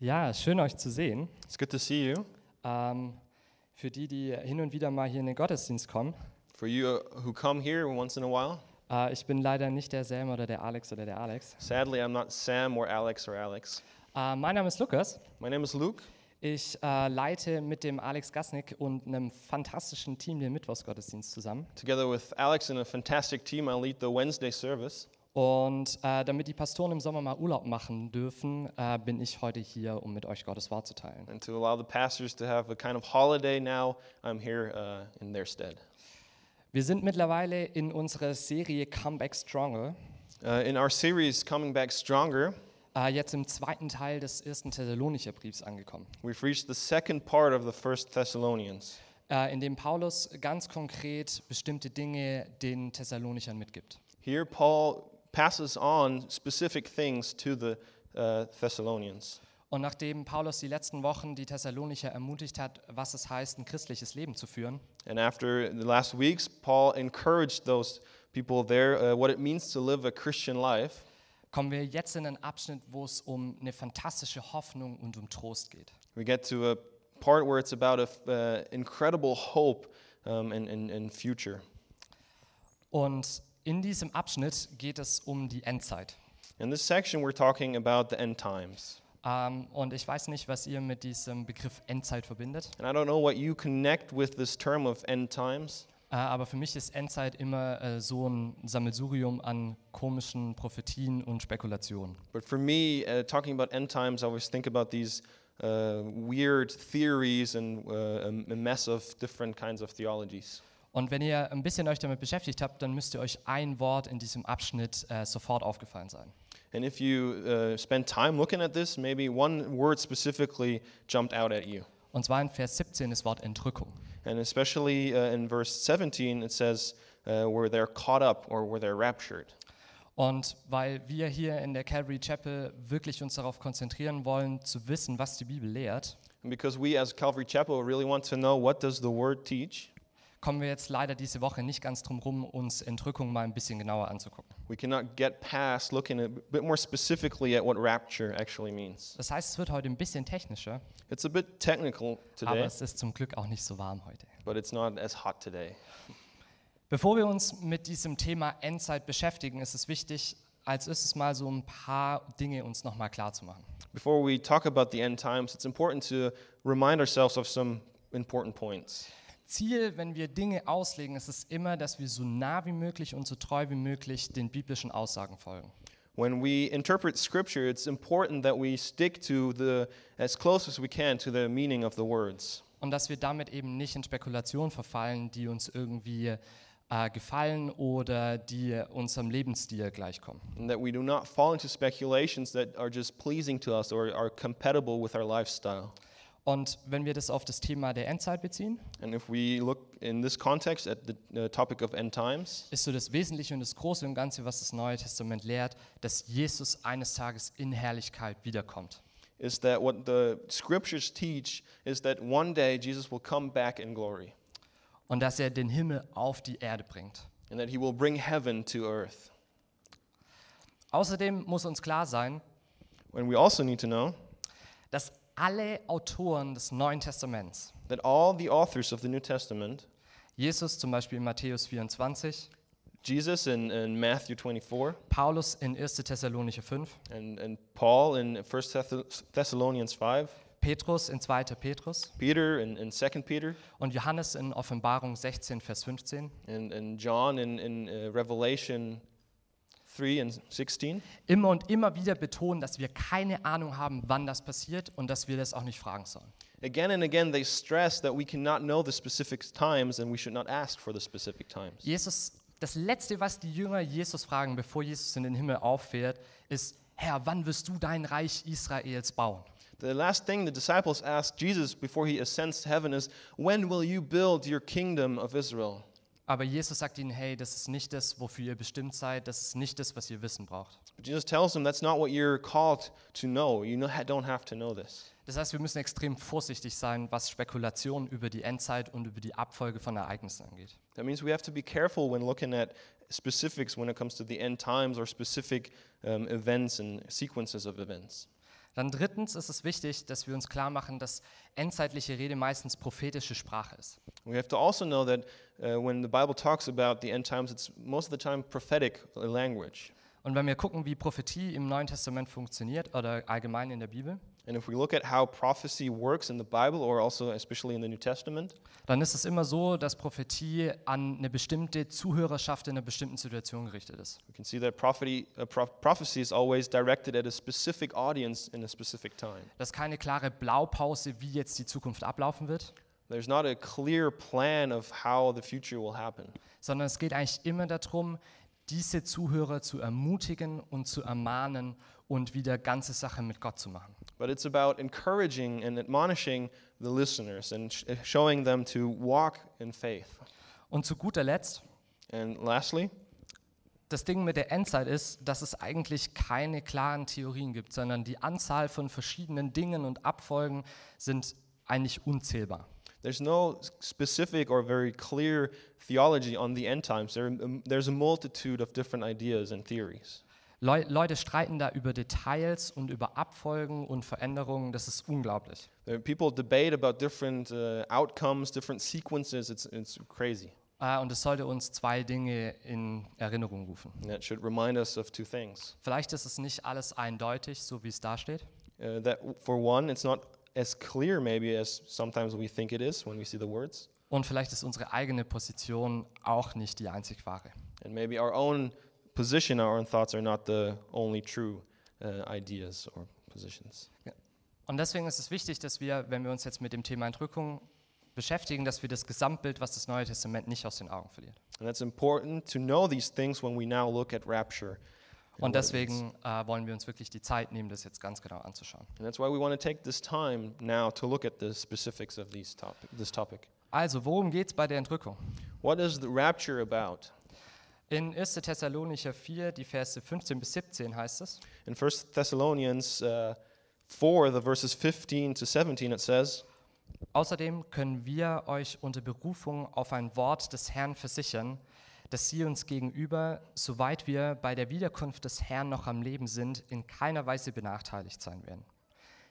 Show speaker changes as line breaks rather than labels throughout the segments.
Ja, schön euch zu sehen.
It's good to see you.
Ähm, für die, die hin und wieder mal hier in den Gottesdienst kommen,
For you uh, who come here once in a while,
äh, ich bin leider nicht der Sam oder der Alex oder der Alex.
sadly, I'm not Sam or Alex or Alex.
Äh, mein Name ist Lukas.
My name is Luke.
Ich äh, leite mit dem Alex Gasnick und einem fantastischen Team den Mittwochsgottesdienst zusammen.
Together with Alex and a fantastic team, I lead the Wednesday service.
Und äh, damit die Pastoren im Sommer mal Urlaub machen dürfen, äh, bin ich heute hier, um mit euch Gottes Wort zu teilen.
And to allow the pastors to have a kind of holiday now, I'm here uh, in their stead.
Wir sind mittlerweile in unserer Serie Comeback Stronger,
Uh, in our series, Coming Back Stronger,
äh, jetzt im zweiten Teil des ersten Thessalonicher Briefs angekommen.
we've reached the second part of the First Thessalonians,
äh, in dem Paulus ganz konkret bestimmte Dinge den Thessalonichern mitgibt.
Here, Paul passes on specific things to the uh, Thessalonians.
Und nachdem Paulus die letzten Wochen die Thessalonicher ermutigt hat, was es heißt, ein christliches Leben zu führen,
And after the last weeks, Paul encouraged those people there uh, what it means to live a Christian life.
kommen wir jetzt in einen Abschnitt, wo es um eine fantastische Hoffnung und um Trost geht.
We get to a part where it's about an uh, incredible hope um, and, and, and future.
Und in diesem Abschnitt geht es um die Endzeit.
In this section, we're talking about the end times.
Ähm, und ich weiß nicht, was ihr mit diesem Begriff Endzeit verbindet,
And I don't know what you connect with this term of end times,
äh, aber für mich ist Endzeit immer äh, so ein Sammelsurium an komischen Prophetien und Spekulationen.
but for me, uh, talking about end times, I always think about these uh, weird theories and uh, a a mess of different kinds of theologies.
Und wenn ihr ein bisschen euch damit beschäftigt habt, dann müsst ihr euch ein Wort in diesem Abschnitt äh, sofort aufgefallen sein.
And if you uh, spend time looking at this, maybe one word specifically jumped out at you.
Und zwar in Vers 17 das Wort Entrückung.
And especially uh, in verse 17, it says, uh, where they're caught up or where they're raptured.
Und weil wir hier in der Calvary Chapel wirklich uns darauf konzentrieren wollen, zu wissen, was die Bibel lehrt,
And because we as Calvary Chapel really want to know what does the word teach,
kommen wir jetzt leider diese Woche nicht ganz drum rum, uns Entrückung mal ein bisschen genauer anzugucken.
we cannot get past looking a bit more specifically at what rapture actually means.
Das heißt, es wird heute ein bisschen technischer,
It's a bit technical
aber
today,
es ist zum Glück auch nicht so warm heute.
but it's not as hot today.
Bevor wir uns mit diesem Thema Endzeit beschäftigen, ist es wichtig, als erstes mal so ein paar Dinge uns nochmal klar zu machen.
Before we talk about the end times, it's important to remind ourselves of some important points.
Ziel, wenn wir Dinge auslegen, ist es immer, dass wir so nah wie möglich und so treu wie möglich den biblischen Aussagen folgen.
When we interpret scripture, it's important that we stick to the as close as we can to the meaning of the words
Und dass wir damit eben nicht in Spekulationen verfallen, die uns irgendwie äh, gefallen oder die unserem Lebensstil gleichkommen.
and that we do not fall into speculations that are just pleasing to us or are compatible with our lifestyle.
Und wenn wir das auf das Thema der Endzeit beziehen,
And if we look in this context at the uh, topic of end times,
ist so das Wesentliche und das Große und Ganze, was das Neue Testament lehrt, dass Jesus eines Tages in Herrlichkeit wiederkommt.
is that what the scriptures teach is that one day Jesus will come back in glory
Und dass er den Himmel auf die Erde bringt.
and that he will bring heaven to earth.
Außerdem muss uns klar sein,
And we also need to know
dass alle Autoren des Neuen Testaments,
that all the authors of the New Testament,
Jesus zum Beispiel in Matthäus 24,
Jesus in, in Matthew 24,
Paulus in 1. Thessalonicher 5,
and, and Paul in 1 Thess- Thessalonians 5,
Petrus in 2. Petrus
Peter in, in 2 Peter,
und Johannes in Offenbarung 16, Vers 15,
and, and John in, in uh, Revelation 3 and 16.
immer und immer wieder betonen, dass wir keine Ahnung haben, wann das passiert und dass wir das auch nicht fragen sollen.
Again and again, they stress that we cannot know the specific times and we should not ask for the specific times.
Jesus, das Letzte, was die Jünger Jesus fragen, bevor Jesus in den Himmel auffährt, ist, Herr, wann wirst du dein Reich Israels bauen?
The last thing the disciples ask Jesus before he ascends to heaven is, When will you build your kingdom of Israel?
Aber Jesus sagt ihnen, hey, das ist nicht das, wofür ihr bestimmt seid, das ist nicht das, was ihr wissen braucht.
But Jesus tells them that's not what you're called to know. You no- don't have to know this.
Das heißt, wir müssen extrem vorsichtig sein, was Spekulationen über die Endzeit und über die Abfolge von Ereignissen angeht.
That means we have to be careful when looking at specifics when it comes to the end times or specific um, events and sequences of events.
Dann drittens ist es wichtig, dass wir uns klar machen, dass endzeitliche Rede meistens prophetische Sprache ist.
We have to also know that uh, when the Bible talks about the end times, it's most of the time prophetic uh, language.
Und wenn wir gucken, wie Prophetie im Neuen Testament funktioniert oder allgemein in der Bibel,
And if we look at how prophecy works in the Bible, or also especially in the New Testament,
dann ist es immer so, dass Prophetie an eine bestimmte Zuhörerschaft in einer bestimmten Situation gerichtet ist.
we can see that prophecy, uh, prof- prophecy is always directed at a specific audience in a specific time.
Das ist keine klare Blaupause, wie jetzt die Zukunft ablaufen wird,
There's not a clear plan of how the future will happen.
sondern es geht eigentlich immer darum, diese Zuhörer zu ermutigen und zu ermahnen und wieder ganze Sache mit Gott zu machen.
But it's about encouraging and admonishing the listeners and sh- eh, showing them to walk in faith.
Und zu guter Letzt,
And lastly,
das Ding mit der Endzeit ist, dass es eigentlich keine klaren Theorien gibt, sondern die Anzahl von verschiedenen Dingen und Abfolgen sind eigentlich unzählbar.
there's no s- specific or very clear theology on the end times. There, um, there's a multitude of different ideas and theories.
Leu Leute streiten da über Details und über Abfolgen und Veränderungen, das ist unglaublich.
There, people debate about different uh, outcomes, different sequences. It's, it's crazy.
Äh, und es sollte uns zwei Dinge in Erinnerung rufen.
And that should remind us of two things.
Vielleicht ist es nicht alles eindeutig, so wie es dasteht.
Uh, that, w- for one, it's not as clear maybe as sometimes we think it is when we see the words.
Und vielleicht ist unsere eigene Position auch nicht die einzig wahre.
And maybe our own position, our own thoughts are not the only true uh, ideas or positions.
Und deswegen ist es wichtig, dass wir, wenn wir uns jetzt mit dem Thema Entrückung beschäftigen, dass wir das Gesamtbild, was das Neue Testament nicht aus den Augen verliert.
And it's important to know these things when we now look at rapture. and
Und
what it means.
deswegen äh, wollen wir uns wirklich die Zeit nehmen, das jetzt ganz genau anzuschauen.
And that's why we want to take this time now to look at the specifics of these topic, this topic.
Also, worum geht es bei der Entrückung?
What is the rapture about?
In 1. Thessalonicher 4, die Verse 15 bis 17 heißt es,
In 1 Thessalonians uh, 4, the verses 15 to 17, it says,
Außerdem können wir euch unter Berufung auf ein Wort des Herrn versichern, dass sie uns gegenüber, soweit wir bei der Wiederkunft des Herrn noch am Leben sind, in keiner Weise benachteiligt sein werden.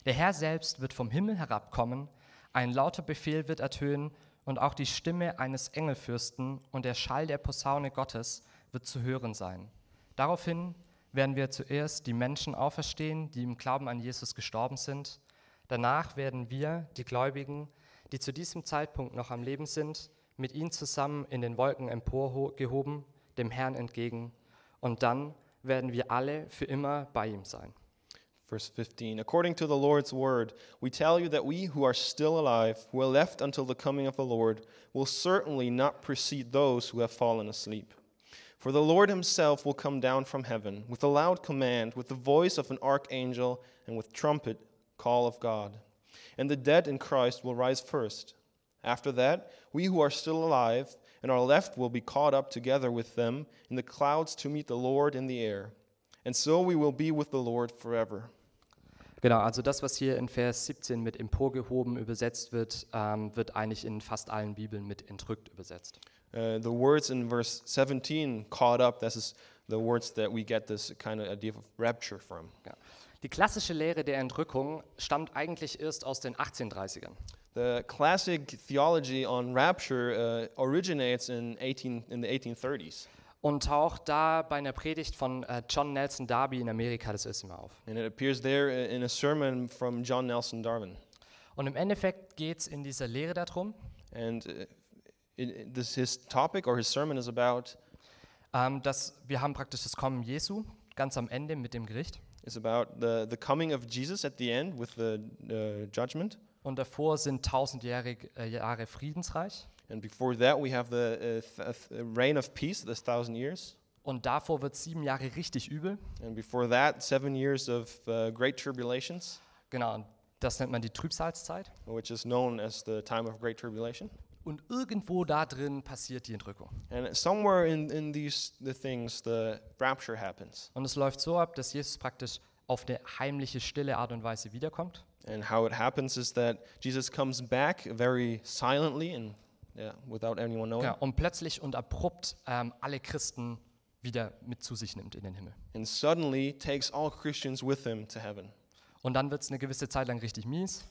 Der Herr selbst wird vom Himmel herabkommen, ein lauter Befehl wird ertönen und auch die Stimme eines Engelfürsten und der Schall der Posaune Gottes wird zu hören sein. Daraufhin werden wir zuerst die Menschen auferstehen, die im Glauben an Jesus gestorben sind. Danach werden wir, die Gläubigen, die zu diesem Zeitpunkt noch am Leben sind, mit ihnen zusammen in den Wolken emporgehoben, dem Herrn entgegen. Und dann werden wir alle für immer bei ihm sein.
Verse 15 According to the Lord's word, we tell you that we who are still alive, who are left until the coming of the Lord, will certainly not precede those who have fallen asleep. For the Lord himself will come down from heaven with a loud command, with the voice of an archangel, and with trumpet call of God. And the dead in Christ will rise first. After that, we who are still alive and are left will be caught up together with them in the clouds to meet the Lord in the air. And so we will be with the Lord forever.
Genau, also das, was hier in Vers 17 mit emporgehoben übersetzt wird, ähm, wird eigentlich in fast allen Bibeln mit entrückt übersetzt.
Uh, the words in verse 17 caught up, this is the words that we get this kind of idea of rapture from.
Ja. Die klassische Lehre der Entrückung stammt eigentlich erst aus den 1830ern.
The classic theology on rapture uh, originates in, 18, in the 1830s,
und taucht da bei einer Predigt von äh, John Nelson Darby in Amerika das erste Mal auf.
and it appears there in a sermon from John Nelson Darwin.
Und im Endeffekt geht es in dieser Lehre darum,
And uh, it, it- this, his topic or his sermon is about,
ähm, dass wir haben praktisch das Kommen Jesu ganz am Ende mit dem Gericht
is about the, the coming of Jesus at the end with the uh, judgment.
und davor sind tausendjährige äh, Jahre Friedensreich
And before that, we have the uh, th- uh, reign of peace, this thousand years.
und davor wird sieben Jahre richtig übel.
And before that, seven years of uh, great tribulations,
Genau, und das nennt man die Trübsalzeit.
which is known as the time of great tribulation.
Und irgendwo da drin passiert die Entrückung.
And somewhere in, in these the things, the rapture happens.
Und es läuft so ab, dass Jesus praktisch auf eine heimliche, stille Art und Weise wiederkommt.
And how it happens is that Jesus comes back very silently and yeah, without anyone knowing.
Ja, Genau, und plötzlich und abrupt ähm, alle Christen wieder mit zu sich nimmt in den Himmel.
And suddenly takes all Christians with him to heaven.
Und dann wird es eine gewisse Zeit lang richtig mies.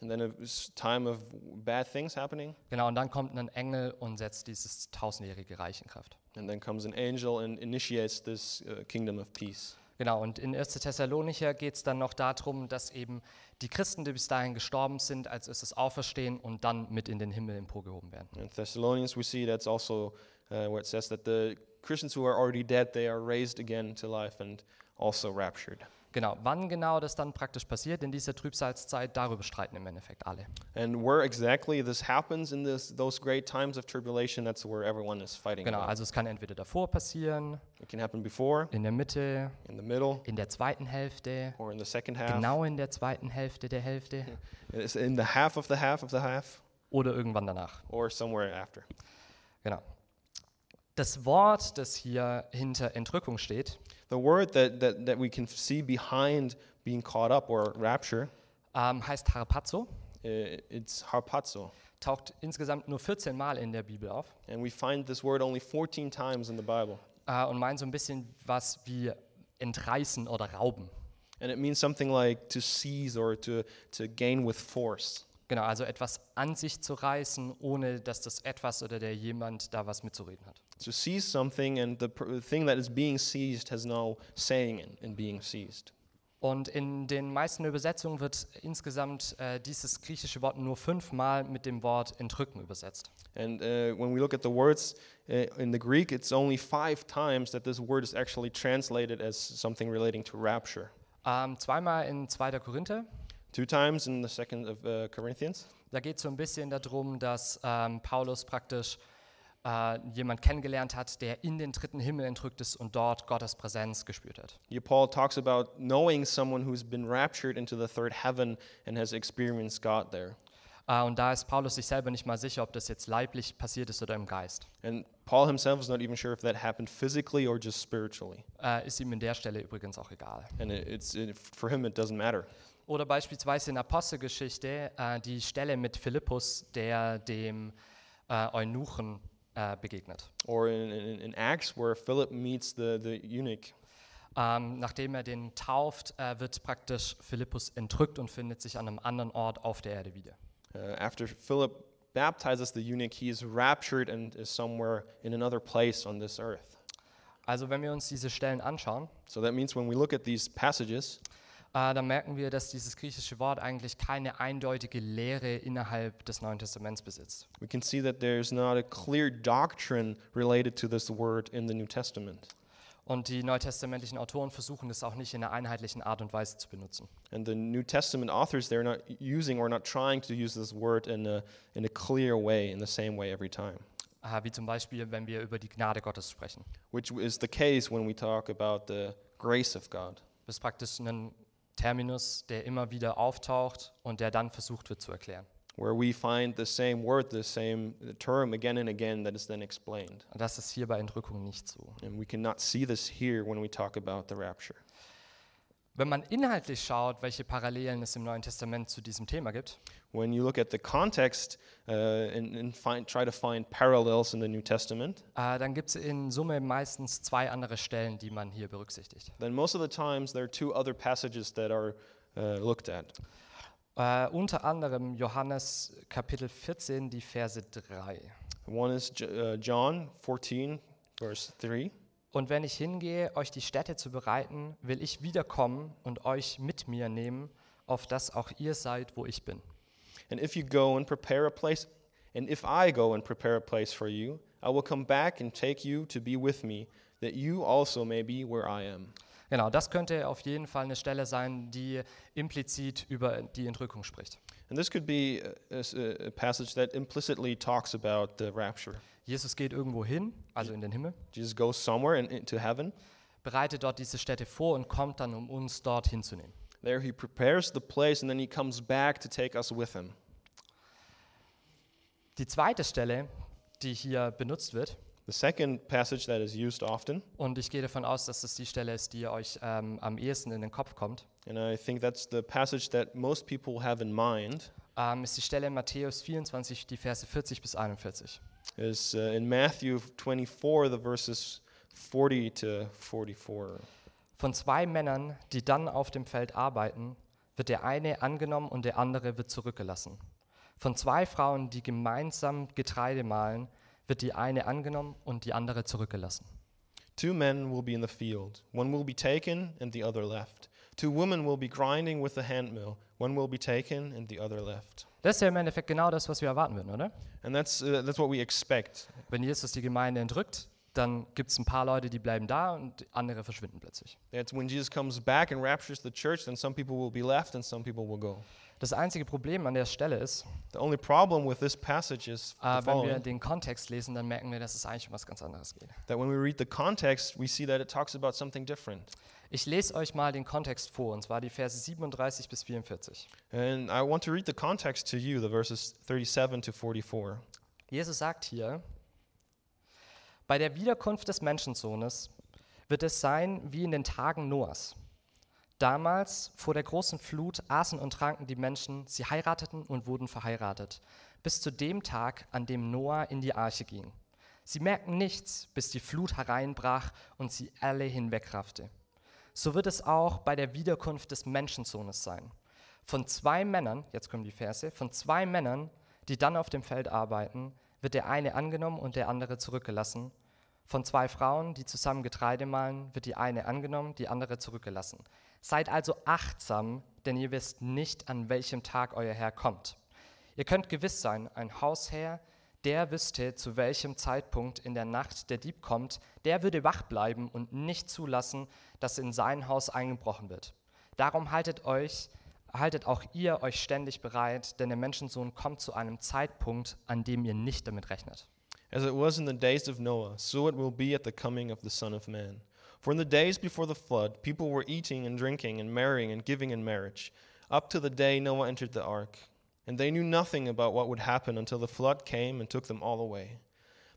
And then a s- time of bad things happening.
Genau, und dann kommt ein Engel und setzt dieses tausendjährige Reich in Kraft.
And then comes an angel and initiates this uh, kingdom of peace.
Genau, und in 1. Thessalonicher geht es dann noch darum, dass eben die Christen, die bis dahin gestorben sind, als erstes auferstehen und dann mit in den Himmel emporgehoben werden.
In Thessalonians, we see that's also uh, where it says that the Christians who are already dead, they are raised again to life and also raptured.
Genau, wann genau das dann praktisch passiert in dieser Trübsalzeit, darüber streiten im Endeffekt alle.
And where exactly this happens in this, those great times of tribulation, that's where everyone is fighting.
Genau,
about.
also es kann entweder davor passieren,
It can happen before,
in der Mitte,
in the middle,
in der zweiten Hälfte,
or in the second half.
genau in der zweiten Hälfte der Hälfte
It's in the half of the half of the half,
oder irgendwann danach.
or somewhere after.
Genau. Das Wort, das hier hinter Entrückung steht,
The word that, that, that we can see behind being caught up or rapture,
ähm, heißt Harpazo,
i- it's harpazo.
taucht insgesamt nur 14 Mal in der Bibel auf
And we find this word only 14 times in the Bible.
äh, und meint so ein bisschen was wie entreißen oder rauben.
And it means something like to seize or to, to gain with force.
Genau, also etwas an sich zu reißen, ohne dass das etwas oder der jemand da was mitzureden hat.
To seize something, and the pr- thing that is being seized has no saying in, in being seized.
Und in den meisten Übersetzungen wird insgesamt äh, dieses griechische Wort nur fünfmal mit dem Wort entrücken übersetzt.
And uh, when we look at the words uh, in the Greek, it's only five times that this word is actually translated as something relating to rapture.
Ähm, zweimal in 2. Korinther.
Two times in the second of uh, Corinthians,
Da geht es so ein bisschen darum, dass ähm, Paulus praktisch äh, jemand kennengelernt hat, der in den dritten Himmel entrückt ist und dort Gottes Präsenz gespürt hat.
Yeah, Paul talks about knowing someone who's been raptured into the third heaven and has experienced God there.
Äh, und da ist Paulus sich selber nicht mal sicher, ob das jetzt leiblich passiert ist oder im Geist.
And Paul himself is not even sure if that happened physically or just spiritually.
Äh, ist ihm in der Stelle übrigens auch egal.
And it, it's it, for him, it doesn't matter.
Oder beispielsweise in Apostelgeschichte äh, die Stelle mit Philippus, der dem äh, Eunuchen äh, begegnet.
Or in, in, in Acts, where Philip meets the, the eunuch,
Ähm, nachdem er den tauft, äh, wird praktisch Philippus entrückt und findet sich an einem anderen Ort auf der Erde wieder.
uh, after Philip baptizes the eunuch, he is raptured and is somewhere in another place on this earth.
Also wenn wir uns diese Stellen anschauen,
So that means when we look at these passages,
äh, dann merken wir, dass dieses griechische Wort eigentlich keine eindeutige Lehre innerhalb des Neuen Testaments besitzt.
we can see that there's not a clear doctrine related to this word in the New Testament.
Und die neutestamentlichen Autoren versuchen es auch nicht in einer einheitlichen Art und Weise zu benutzen.
And the New Testament authors, they're not using or not trying to use this word in a, in a clear way, in the same way every time,
Äh, wie zum Beispiel, wenn wir über die Gnade Gottes sprechen.
which is the case when we talk about the grace of God.
Das ist praktisch ein Terminus, der immer wieder auftaucht und der dann versucht wird zu erklären.
Where we find the same word, the same term again and again that is then explained.
Und Das ist hier bei Entrückung nicht so.
And we cannot see this here when we talk about the rapture.
Wenn man inhaltlich schaut, welche Parallelen es im Neuen Testament zu diesem Thema gibt,
When you look at the context uh, and, and find, try to find parallels in the New Testament,
äh, dann gibt es in Summe meistens zwei andere Stellen, die man hier berücksichtigt.
then most of the times there are two other passages that are uh, looked at.
Äh, unter anderem Johannes Kapitel 14, die Verse 3.
One is J- uh, John 14, verse 3.
Und wenn ich hingehe, euch die Städte zu bereiten, will ich wiederkommen und euch mit mir nehmen, auf dass auch ihr seid, wo ich bin.
And if you go and prepare a place, and if I go and prepare a place for you, I will come back and take you to be with me, that you also may be where I am.
Genau, das könnte auf jeden Fall eine Stelle sein, die implizit über die Entrückung spricht.
And this could be a- a, s- a passage that implicitly talks about the rapture.
Jesus geht irgendwo hin, also in den Himmel,
Jesus goes somewhere and into heaven.
bereitet dort diese Städte vor und kommt dann, um uns dort hinzunehmen.
There he prepares the place, and then he comes back to take us with him.
Die zweite Stelle, die hier benutzt wird,
The second passage that is used often,
und ich gehe davon aus, dass das die Stelle ist, die euch ähm, am ehesten in den Kopf kommt,
and I think that's the passage that most people have in mind,
ähm, ist die Stelle in Matthäus 24, die Verse 40 bis 41.
is uh, in Matthew 24, the verses 40 to 44.
Von zwei Männern, die dann auf dem Feld arbeiten, wird der eine angenommen und der andere wird zurückgelassen. Von zwei Frauen, die gemeinsam Getreide mahlen, wird die eine angenommen und die andere zurückgelassen.
Two men will be in the field, one will be taken and the other left. Two women will be grinding with the handmill, one will be taken and the other left.
Das ist ja im Endeffekt genau das, was wir erwarten würden, oder?
And that's, uh, that's what we expect.
Wenn Jesus die Gemeinde entrückt, dann gibt es ein paar Leute, die bleiben da und andere verschwinden plötzlich.
That's when Jesus comes back and raptures the church, then some people will be left and some people will go.
Das einzige Problem an der Stelle ist,
The only problem with this passage is the
äh, wenn wir
following,
den Kontext lesen, dann merken wir, dass es eigentlich um was ganz anderes geht.
that when we read the context, we see that it talks about something different.
Ich lese euch mal den Kontext vor, und zwar die Verse 37 bis 44.
And I want to read the context to you, the verses 37 to 44.
Jesus sagt hier, bei der Wiederkunft des Menschensohnes wird es sein wie in den Tagen Noahs. Damals, vor der großen Flut, aßen und tranken die Menschen, sie heirateten und wurden verheiratet, bis zu dem Tag, an dem Noah in die Arche ging. Sie merkten nichts, bis die Flut hereinbrach und sie alle hinwegraffte. So wird es auch bei der Wiederkunft des Menschensohnes sein. Von zwei Männern, jetzt kommen die Verse, von zwei Männern, die dann auf dem Feld arbeiten, wird der eine angenommen und der andere zurückgelassen. Von zwei Frauen, die zusammen Getreide mahlen, wird die eine angenommen, die andere zurückgelassen. Seid also achtsam, denn ihr wisst nicht, an welchem Tag euer Herr kommt. Ihr könnt gewiss sein, ein Hausherr, der wüsste, zu welchem Zeitpunkt in der Nacht der Dieb kommt, der würde wach bleiben und nicht zulassen, dass in sein Haus eingebrochen wird. Darum haltet euch, haltet auch ihr euch ständig bereit, denn der Menschensohn kommt zu einem Zeitpunkt, an dem ihr nicht damit rechnet.
As it was in the days of Noah, so it will be at the coming of the Son of Man. For in the days before the flood, people were eating and drinking and marrying and giving in marriage, up to the day Noah entered the ark. And they knew nothing about what would happen until the flood came and took them all away.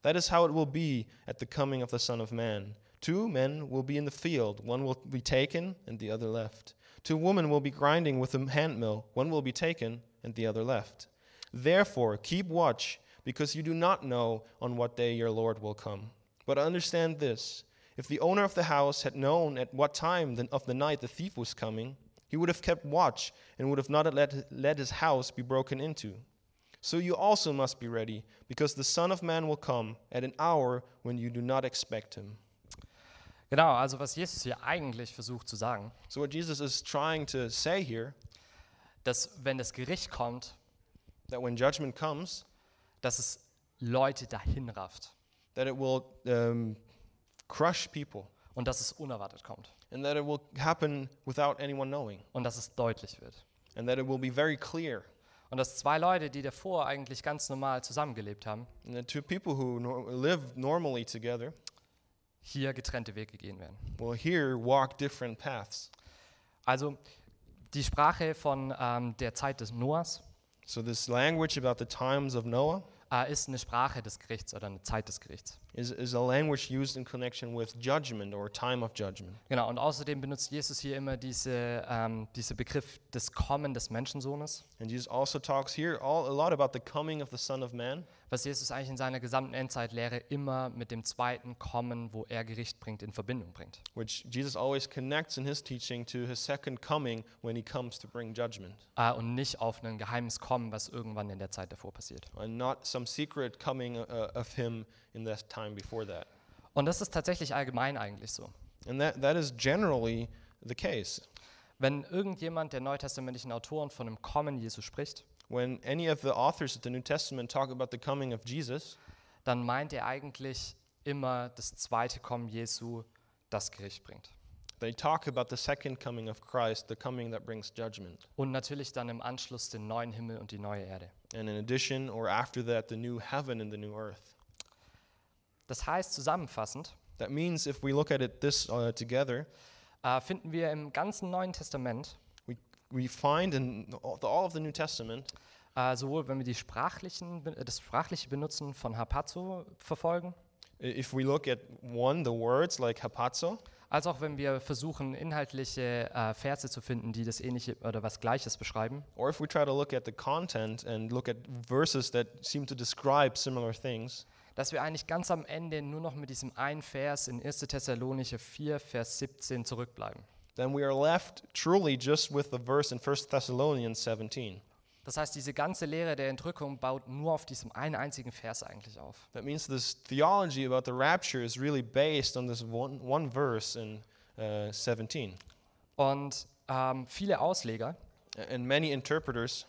That is how it will be at the coming of the Son of Man. Two men will be in the field, one will be taken and the other left. Two women will be grinding with a handmill, one will be taken and the other left. Therefore, keep watch, because you do not know on what day your Lord will come. But understand this if the owner of the house had known at what time the- of the night the thief was coming, he would have kept watch and would have not let, let his house be broken into. So you also must be ready, because the Son of Man will come at an hour when you do not expect him.
Genau, also was Jesus hier eigentlich versucht zu sagen,
So, what Jesus is trying to say here,
dass wenn das Gericht kommt,
that when judgment comes,
dass es Leute dahin rafft
that it will um, crush people
und dass es unerwartet kommt
and that it will happen without anyone knowing
und dass es deutlich wird.
and that it will be very clear.
Und dass zwei Leute, die davor eigentlich ganz normal zusammengelebt haben,
And the two people who nor- live normally together
hier getrennte Wege gehen werden.
will here walk different paths.
Also die Sprache von ähm, der Zeit des Noahs
So, this language about the times of Noah
äh, ist eine Sprache des Gerichts oder eine Zeit des Gerichts.
is, is a language used in connection with judgment or time of judgment.
Genau, und außerdem benutzt Jesus hier immer diese, ähm, diese Begriff des Kommen des Menschensohnes,
And Jesus also talks here all, a lot about the coming of the Son of Man,
was Jesus eigentlich in seiner gesamten Endzeitlehre immer mit dem zweiten Kommen, wo er Gericht bringt, in Verbindung bringt.
which Jesus always connects in his teaching to his second coming when he comes to bring judgment,
Äh, und nicht auf ein geheimes Kommen, was irgendwann in der Zeit davor passiert.
and not some secret coming uh, of him in the time before that.
Und das ist tatsächlich allgemein eigentlich so.
And that, that is generally the case.
Wenn irgendjemand der neutestamentlichen Autoren von dem Kommen Jesu spricht,
When any of the authors of the New Testament talk about the coming of Jesus,
dann meint er eigentlich immer das zweite Kommen Jesu, das Gericht bringt.
they talk about the second coming of Christ, the coming that brings judgment.
Und natürlich dann im Anschluss den neuen Himmel und die neue Erde.
And in addition, or after that, the new heaven and the new earth.
Das heißt zusammenfassend,
That means if we look at it this uh, together,
äh, finden wir im ganzen Neuen Testament,
we, we find in all the- all of the New Testament,
äh, sowohl wenn wir die sprachlichen, be- das sprachliche Benutzen von Hapazo verfolgen,
i- if we look at one, the words like hapazo,
als auch wenn wir versuchen, inhaltliche äh, Verse zu finden, die das ähnliche oder was Gleiches beschreiben,
or if we try to look at the content and look at verses that seem to describe similar things,
dass wir eigentlich ganz am Ende nur noch mit diesem einen Vers in 1. Thessalonicher 4, Vers 17 zurückbleiben.
then we are left truly just with the verse in 1 Thessalonians 17.
Das heißt, diese ganze Lehre der Entrückung baut nur auf diesem einen einzigen Vers eigentlich auf.
That means this theology about the rapture is really based on this one, one verse in uh, 17.
Und ähm, viele Ausleger
A- And many interpreters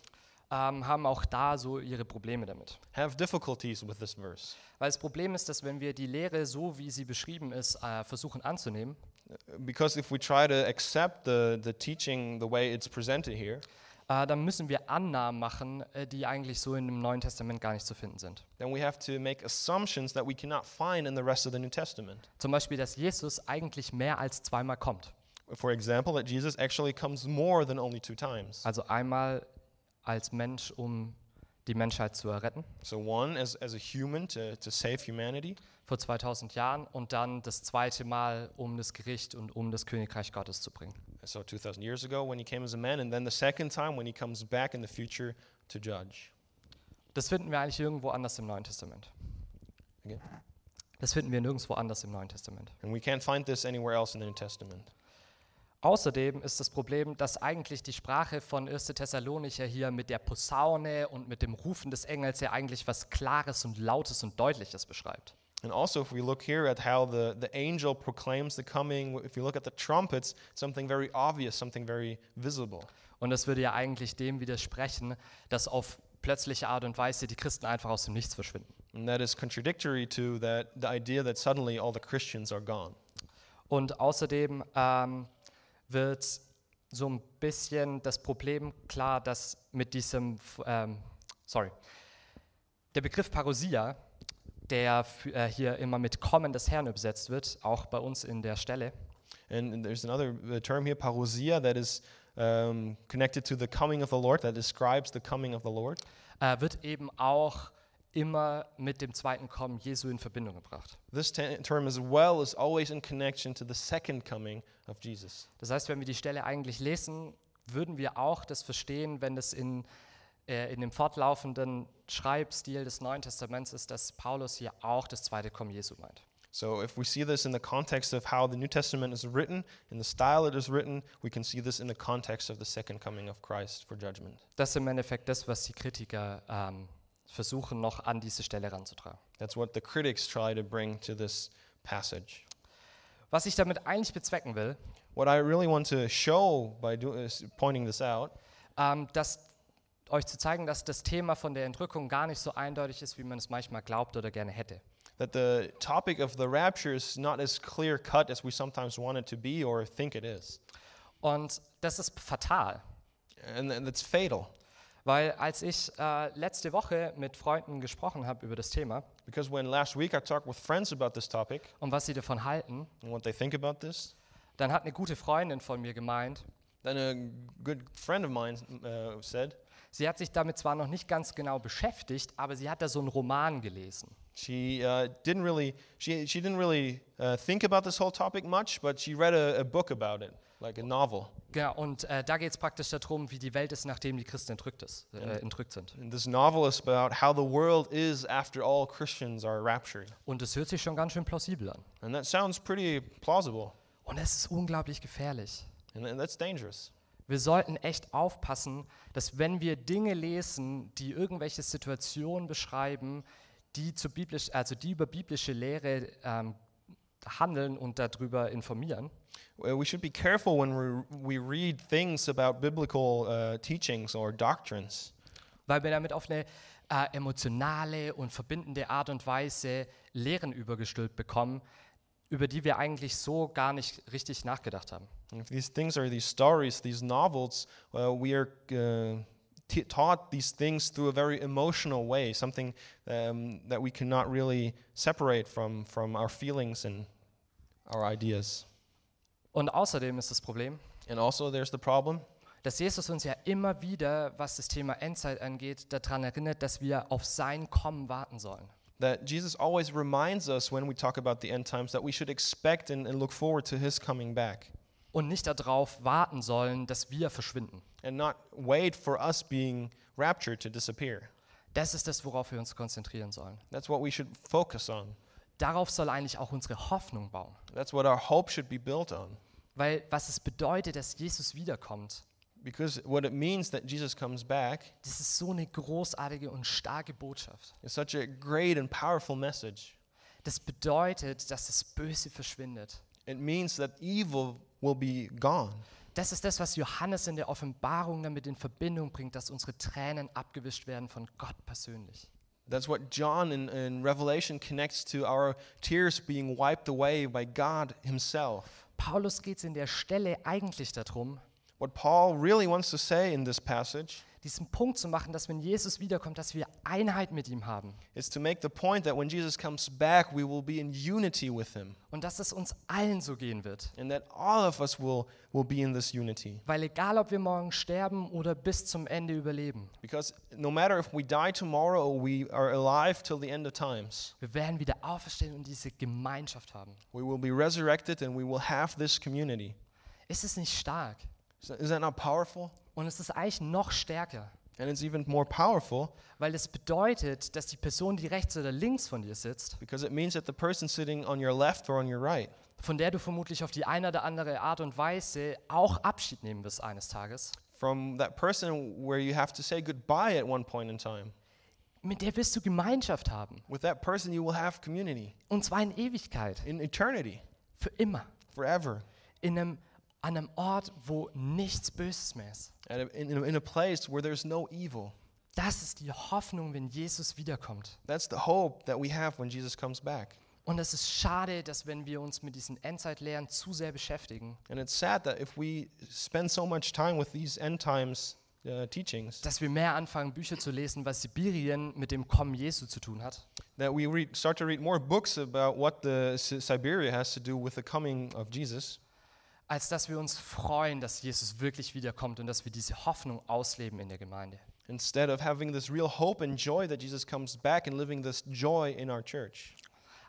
ähm, haben auch da so ihre Probleme damit.
have difficulties with this verse.
Weil das Problem ist, dass wenn wir die Lehre so, wie sie beschrieben ist, äh, versuchen anzunehmen,
Because if we try to accept the, the teaching the way it's presented here,
äh, dann müssen wir Annahmen machen, äh, die eigentlich so in dem Neuen Testament gar nicht zu finden sind.
then we have to make assumptions that we cannot find in the rest of the New Testament.
Zum Beispiel, dass Jesus eigentlich mehr als zweimal kommt.
For example, that Jesus actually comes more than only two times.
Also einmal als Mensch, um die Menschheit zu erretten
So, one, as, as a human to, to save humanity,
vor 2000 Jahren und dann das zweite Mal, um das Gericht und um das Königreich Gottes zu bringen.
so 2,000 years ago when he came as a man, and then the second time when he comes back in the future to judge.
Das finden wir eigentlich irgendwo anders im Neuen Testament.
Okay.
Das finden wir nirgendwo anders im Neuen Testament.
And we can't find this anywhere else in the New Testament.
Außerdem ist das Problem, dass eigentlich die Sprache von 1. Thessalonicher hier mit der Posaune und mit dem Rufen des Engels ja eigentlich was Klares und Lautes und Deutliches beschreibt.
And also, if we look here at how the, the angel proclaims the coming, if you look at the trumpets, something very obvious, something very visible.
Und das würde ja eigentlich dem widersprechen, dass auf plötzliche Art und Weise die Christen einfach aus dem Nichts verschwinden.
And that is contradictory to that the idea that suddenly all the Christians are gone.
Und außerdem ähm, wird so ein bisschen das Problem klar, dass mit diesem, F- ähm, sorry, der Begriff Parousia, der f- äh, hier immer mit Kommen des Herrn übersetzt wird, auch bei uns in der Stelle,
And, and there's another uh, term here, parousia, that is um, connected to the coming of the Lord, that describes the coming of the Lord.
äh, wird eben auch immer mit dem zweiten Kommen Jesu in Verbindung gebracht.
This te- term as well is always in connection to the second coming of Jesus.
Das heißt, wenn wir die Stelle eigentlich lesen, würden wir auch das verstehen, wenn das in, äh, in dem fortlaufenden Schreibstil des Neuen Testaments ist, dass Paulus hier auch das zweite Kommen Jesu meint.
So if we see this in the context of how the New Testament is written, in the style it is written, we can see this in the context of the second coming of Christ for judgment.
Das ist im Endeffekt das, was die Kritiker ähm, versuchen, noch an diese Stelle ranzutragen.
That's what the critics try to bring to this passage.
Was ich damit eigentlich bezwecken will,
What I really want to show by do, is pointing this out
ähm, dass euch zu zeigen, dass das Thema von der Entrückung gar nicht so eindeutig ist, wie man es manchmal glaubt oder gerne hätte.
that the topic of the rapture is not as clear cut as we sometimes want it to be or think it is.
Und das ist fatal,
And th- that's fatal
Weil als ich äh, letzte Woche mit Freunden gesprochen habe über das Thema
because when last week I talked with friends about this topic
und was sie davon halten,
and what they think about this,
dann hat eine gute Freundin von mir gemeint,
then a good friend of mine uh, said
sie hat sich damit zwar noch nicht ganz genau beschäftigt, aber sie hat da so einen Roman gelesen.
she uh, didn't really she, she didn't really uh, think about this whole topic much, but she read a, a book about it, like a novel.
Ja, und äh, da geht es praktisch darum, wie die Welt ist, nachdem die Christen entrückt, ist, äh, entrückt sind.
And this novel is about how the world is after all Christians are raptured.
Und das hört sich schon ganz schön plausibel an.
And that sounds pretty plausible.
Und es ist unglaublich gefährlich.
And th- that's dangerous.
Wir sollten echt aufpassen, dass wenn wir Dinge lesen, die irgendwelche Situationen beschreiben, die, zu biblisch, also die über biblische Lehre ähm, handeln und darüber informieren,
Uh, We should be careful when we, we read things about biblical uh, teachings or doctrines
weil wir damit auf eine äh, emotionale und verbindende Art und Weise Lehren übergestülpt bekommen, über die wir eigentlich so gar nicht richtig nachgedacht haben.
And If these things are these stories, these novels, uh, we are uh, t- taught these things through a very emotional way, something um, that we cannot really separate from, from our feelings and our ideas.
Und außerdem ist das Problem,
And also, there's the problem
dass Jesus uns ja immer wieder, was das Thema Endzeit angeht, daran erinnert, dass wir auf sein Kommen warten sollen.
that Jesus always reminds us when we talk about the end times that we should expect and, and look forward to his coming back
und nicht darauf warten sollen, dass wir verschwinden.
and not wait for us being raptured to disappear.
Das ist das, worauf wir uns konzentrieren sollen.
That's what we should focus on.
Darauf soll eigentlich auch unsere Hoffnung bauen.
That's what our hope should be built on.
weil was es bedeutet, dass Jesus wiederkommt.
Because what it means that Jesus comes back
Das ist so eine großartige und starke Botschaft.
is such a great and powerful message.
Das bedeutet, dass das Böse verschwindet.
It means that evil will be gone.
Das ist das, was Johannes in der Offenbarung damit in Verbindung bringt, dass unsere Tränen abgewischt werden von Gott persönlich.
That's what John in, in Revelation connects to our tears being wiped away by God Himself.
Paulus geht es in der Stelle eigentlich darum,
What Paul really wants to say in this passage
diesen Punkt zu machen, dass wenn Jesus wiederkommt, dass wir Einheit mit ihm haben
is to make the point that when Jesus comes back, we will be in unity with Him,
und dass es uns allen so gehen wird.
and that all of us will, will be in this unity.
Weil egal, ob wir morgen sterben oder bis zum Ende überleben,
Because no matter if we die tomorrow or we are alive till the end of times,
wir werden wieder auferstehen und diese Gemeinschaft haben.
we will be resurrected and we will have this community.
Ist es nicht stark?
Is that- is that not powerful?
Und es ist eigentlich noch stärker,
And it's even more powerful
weil es bedeutet, dass die Person, die rechts oder links von dir sitzt,
because it means that the person sitting on your left or on your right,
von der du vermutlich auf die eine oder andere Art und Weise auch Abschied nehmen wirst eines Tages,
from that person where you have to say goodbye at one point in time,
mit der wirst du Gemeinschaft haben.
with that person you will have community
Und zwar in Ewigkeit,
in eternity,
für immer,
forever,
in einem, an einem Ort, wo nichts Böses mehr ist.
at a, in, in a place where there's no evil.
Das ist die Hoffnung, wenn Jesus wiederkommt.
That's the hope that we have when Jesus comes back.
Und es ist schade, dass wenn wir uns mit diesen Endzeitlehren zu sehr beschäftigen,
And it's sad that if we spend so much time with these end times uh, teachings,
dass wir mehr anfangen, Bücher zu lesen, was Sibirien mit dem Kommen Jesu zu tun hat,
that we read, start to read more books about what the Si- Siberia has to do with the coming of Jesus,
als dass wir uns freuen, dass Jesus wirklich wiederkommt und dass wir diese Hoffnung ausleben in der Gemeinde.
instead of having this real hope and joy that Jesus comes back and living this joy in our church.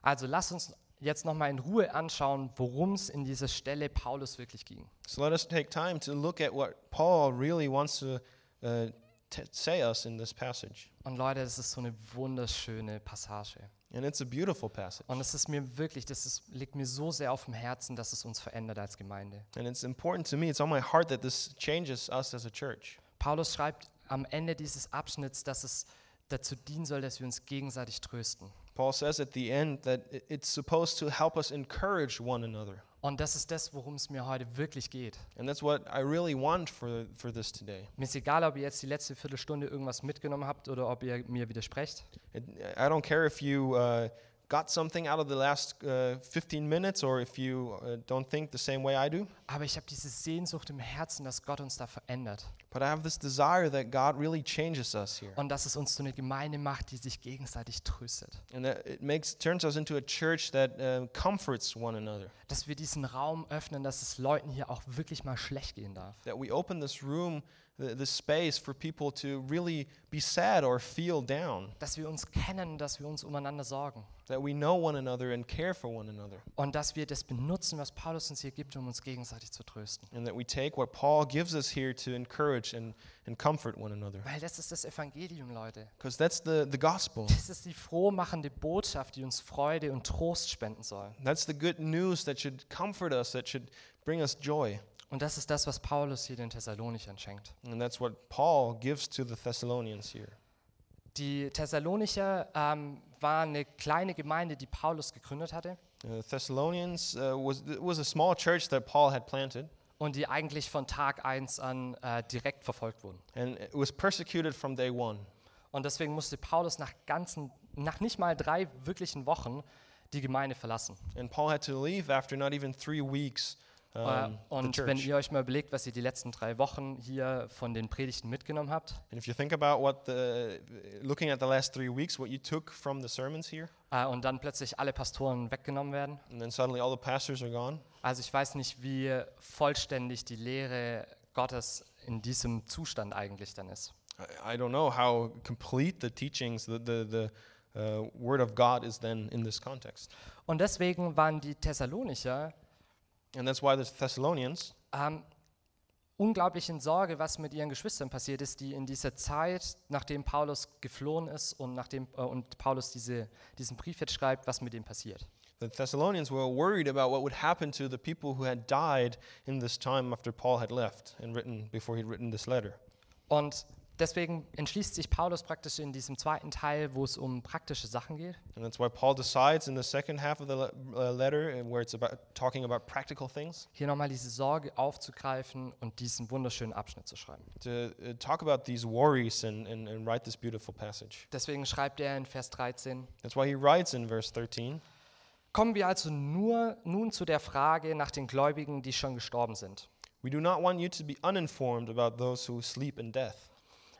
Also lasst uns jetzt nochmal in Ruhe anschauen, worum es in dieser Stelle Paulus wirklich ging.
So let us take time to look at what Paul really wants to uh, t- say us in this passage.
Und Leute, das ist so eine wunderschöne Passage.
And it's a beautiful passage.
Und es ist mir wirklich, das ist, liegt mir so sehr auf dem Herzen, dass es uns verändert als Gemeinde.
And it's important to me, it's on my heart that this changes us as a church.
Paulus schreibt am Ende dieses Abschnitts, dass es dazu dienen soll, dass wir uns gegenseitig trösten.
Paul says at the end that i- it's supposed to help us encourage one another.
Und das ist das, worum es mir heute wirklich geht.
And that's what I really want for, for this today.
Mir ist egal, ob ihr jetzt die letzte Viertelstunde irgendwas mitgenommen habt oder ob ihr mir widersprecht.
It, I don't care if you uh, got something out of the last uh, 15 minutes or if you uh, don't think the same way I do,
Aber ich habe diese Sehnsucht im Herzen, dass Gott uns da verändert
but I have this desire that God really changes us here
und dass es uns zu einer Gemeinde macht, die sich gegenseitig tröstet.
and that it makes turns us into a church that uh, comforts one another.
Dass wir diesen Raum öffnen, dass es Leuten hier auch wirklich mal schlecht gehen darf.
That we open this room, th- this space for people to really be sad or feel down.
Dass wir uns kennen, dass wir uns umeinander sorgen.
That we know one another and care for one another.
Und dass wir das benutzen, was Paulus uns hier gibt, um uns gegenseitig zu trösten.
And that we take what Paul gives us here to encourage and, and comfort one another.
Weil das ist das Evangelium, Leute.
Because that's the, the gospel.
Das ist die frohmachende Botschaft, die uns Freude und Trost spenden soll.
That's the good news that should comfort us, that should bring us joy.
Und das ist das, was Paulus hier den Thessalonichern schenkt.
And that's what Paul gives to the Thessalonians here.
Die Thessalonicher ähm, war eine kleine Gemeinde, die Paulus gegründet hatte
Uh, Thessalonians uh, was, it was a small church that Paul had planted,
und die eigentlich von Tag 1 an äh, direkt verfolgt wurden.
and it was persecuted from day one.
Und deswegen musste Paulus nach, ganzen, nach nicht mal drei wirklichen Wochen die Gemeinde verlassen.
And Paul had to leave after not even three weeks.
Äh,
Um, the
und wenn
church.
ihr euch mal überlegt, was ihr die letzten drei Wochen hier von den Predigten mitgenommen habt
And if you think about what the, looking at the last three weeks, what you took from the sermons here,
äh, und dann plötzlich alle Pastoren weggenommen werden.
and then suddenly all the pastors are gone.
Also ich weiß nicht, wie vollständig die Lehre Gottes in diesem Zustand eigentlich dann ist.
I, I don't know how complete the teachings, the, the, the uh, word of God is then in this context.
Und deswegen waren die Thessalonicher
And that's why the Thessalonians,
ähm, unglaublich in Sorge, was mit ihren Geschwistern passiert ist, die in dieser Zeit, nachdem Paulus geflohen ist und nachdem äh, und Paulus diese, diesen Brief jetzt schreibt, was mit ihm passiert.
The Thessalonians were worried about what would happen to the people who had died in this time after Paul had left and written before he'd written this letter.
Und deswegen entschließt sich Paulus praktisch in diesem zweiten Teil, wo es um praktische Sachen geht,
And that's why Paul decides in the second half of the le- uh, letter, and where it's about talking about practical things,
hier nochmal diese Sorge aufzugreifen und diesen wunderschönen Abschnitt zu schreiben.
to uh, talk about these worries and, and, and write this beautiful passage.
Deswegen schreibt er in Vers 13,
That's why he writes in verse 13
Kommen wir also nur nun zu der Frage nach den Gläubigen, die schon gestorben sind.
We do not want you to be uninformed about those who sleep in death.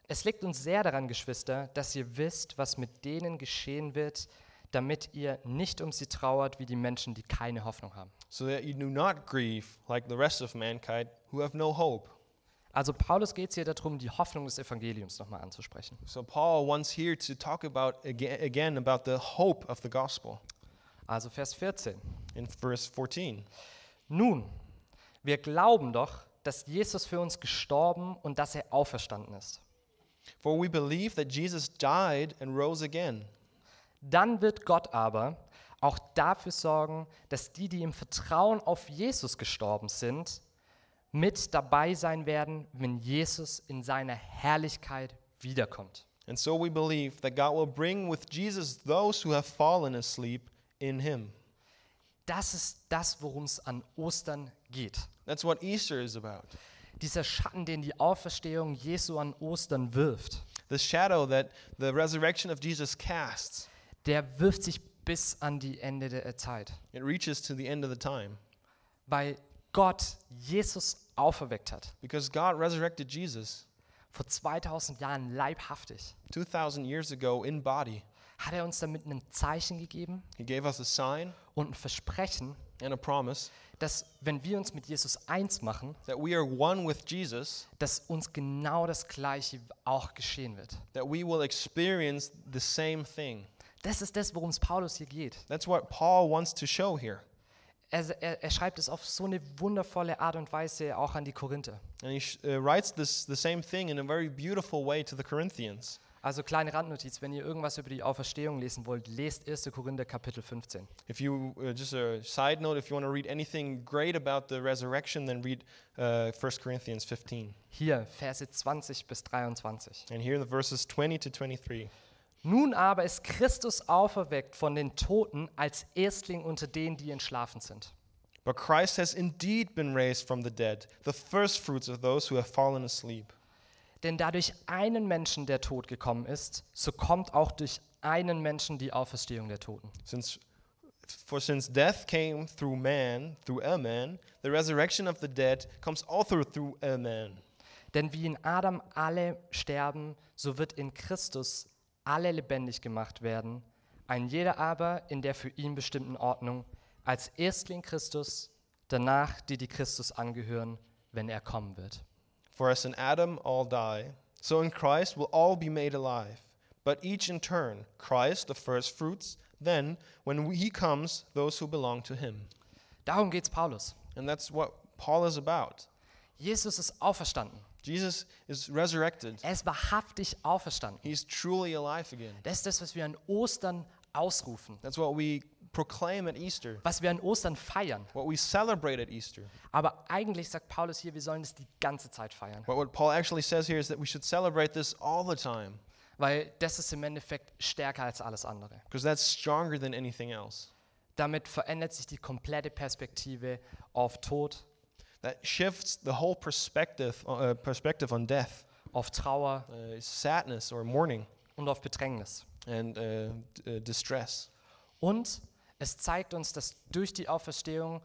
Es liegt uns sehr daran, Geschwister, dass ihr wisst, was mit denen geschehen wird, damit ihr nicht um sie trauert wie die Menschen, die keine Hoffnung haben.
so that you do not grieve like the rest of mankind who have no hope.
Also Paulus geht es hier darum, die Hoffnung des Evangeliums nochmal anzusprechen.
So Paul wants here to talk about again, again about the hope of the gospel
Also Vers 14.
in verse 14.
Nun, wir glauben doch, dass Jesus für uns gestorben und dass er auferstanden ist.
For we believe that Jesus died and rose again.
Dann wird Gott aber auch dafür sorgen, dass die, die im Vertrauen auf Jesus gestorben sind, mit dabei sein werden, wenn Jesus in seiner Herrlichkeit wiederkommt.
And so we believe that God will bring with Jesus those who have fallen asleep in him.
Das ist das, worum es an Ostern geht.
That's what Easter is about.
Dieser Schatten, den die Auferstehung Jesu an Ostern wirft,
The shadow that the resurrection of Jesus casts.
der wirft sich bis an die Ende der Zeit,
It reaches to the end of the time
weil Gott Jesus auferweckt hat.
because God resurrected Jesus
Vor 2000 Jahren leibhaftig
2000 years ago in body.
hat er uns damit ein Zeichen gegeben,
He gave us a sign
und ein Versprechen,
and a promise
dass wenn wir uns mit Jesus eins machen,
that we are one with Jesus,
dass uns genau das Gleiche auch geschehen wird.
that we will experience the same thing.
Das ist das, worum es Paulus hier geht.
That's what Paul wants to show here.
Er, er, er schreibt es auf so eine wundervolle Art und Weise auch an die Korinther.
And he sh- uh, writes this, the same thing in a very beautiful way to the Corinthians.
Also kleine Randnotiz, wenn ihr irgendwas über die Auferstehung lesen wollt, lest 1. Korinther Kapitel 15.
If you, uh, just a side note, if you want to read anything great about the resurrection, then read uh, 1 Corinthians 15.
Hier Verse 20 bis 23.
And here the verses 20 to 23.
Nun aber ist Christus auferweckt von den Toten als Erstling unter denen, die entschlafen sind.
But Christ has indeed been raised from the dead, the firstfruits of those who have fallen asleep.
Denn dadurch einen Menschen der Tod gekommen ist, so kommt auch durch einen Menschen die Auferstehung der Toten.
Since for since death came through man, through a man, the resurrection of the dead comes also through a man.
Denn wie in Adam alle sterben, so wird in Christus alle lebendig gemacht werden, ein jeder aber in der für ihn bestimmten Ordnung, als Erstling Christus, danach die, die Christus angehören, wenn er kommen wird.
For as in Adam all die, so in Christ will all be made alive, but each in turn, Christ the first fruits, then when he comes, those who belong to him.
Darum geht's Paulus.
And that's what Paul is about.
Jesus ist auferstanden.
Jesus is resurrected.
Er ist wahrhaftig auferstanden.
He's truly alive again.
Das ist das, was wir an Ostern ausrufen,
That's what we proclaim at Easter,
was wir an Ostern feiern.
what we celebrate at Easter.
Aber eigentlich sagt Paulus hier, wir sollen es die ganze Zeit feiern,
But what Paul actually says here is that we should celebrate this all the time.
weil das ist im Endeffekt stärker als alles andere.
because that's stronger than anything else.
Damit verändert sich die komplette Perspektive auf Tod,
That shifts the whole perspective, uh, perspective on death,
auf Trauer
uh, sadness or mourning,
und auf Bedrängnis.
and uh, d- uh, distress.
Und es zeigt uns, dass durch die Auferstehung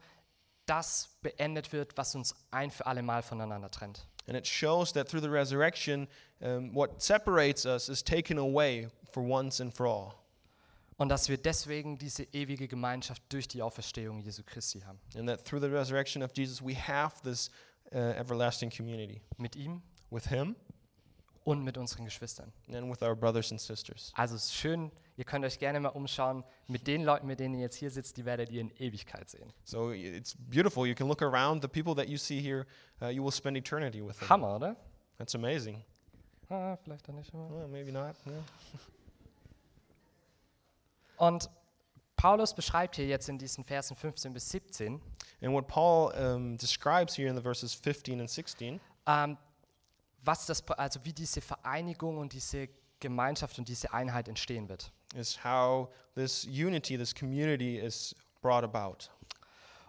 das beendet wird, was uns ein für alle Mal voneinander trennt.
And it shows that through the resurrection, um, what separates us is taken away for once and for all,
Und dass wir deswegen diese ewige Gemeinschaft durch die Auferstehung Jesu Christi haben.
and that through the resurrection of Jesus, we have this uh, everlasting community
Mit ihm
with Him
und mit unseren Geschwistern.
and with our brothers and sisters.
Also es ist schön, ihr könnt euch gerne mal umschauen. Mit den Leuten, mit denen ihr jetzt hier sitzt, die werdet ihr in Ewigkeit sehen.
So i- it's beautiful. You can look around. The people that you see here, uh, you will spend eternity with them.
Hammer, oder?
That's amazing.
Ah, vielleicht auch nicht. aber-
Well, maybe not. yeah.
Und Paulus beschreibt hier jetzt in diesen Versen 15 bis 17,
And what Paul um, describes here in the verses 15 and 16
ähm, was das, also wie diese Vereinigung und diese Gemeinschaft und diese Einheit entstehen wird.
is how this unity, this community is brought about.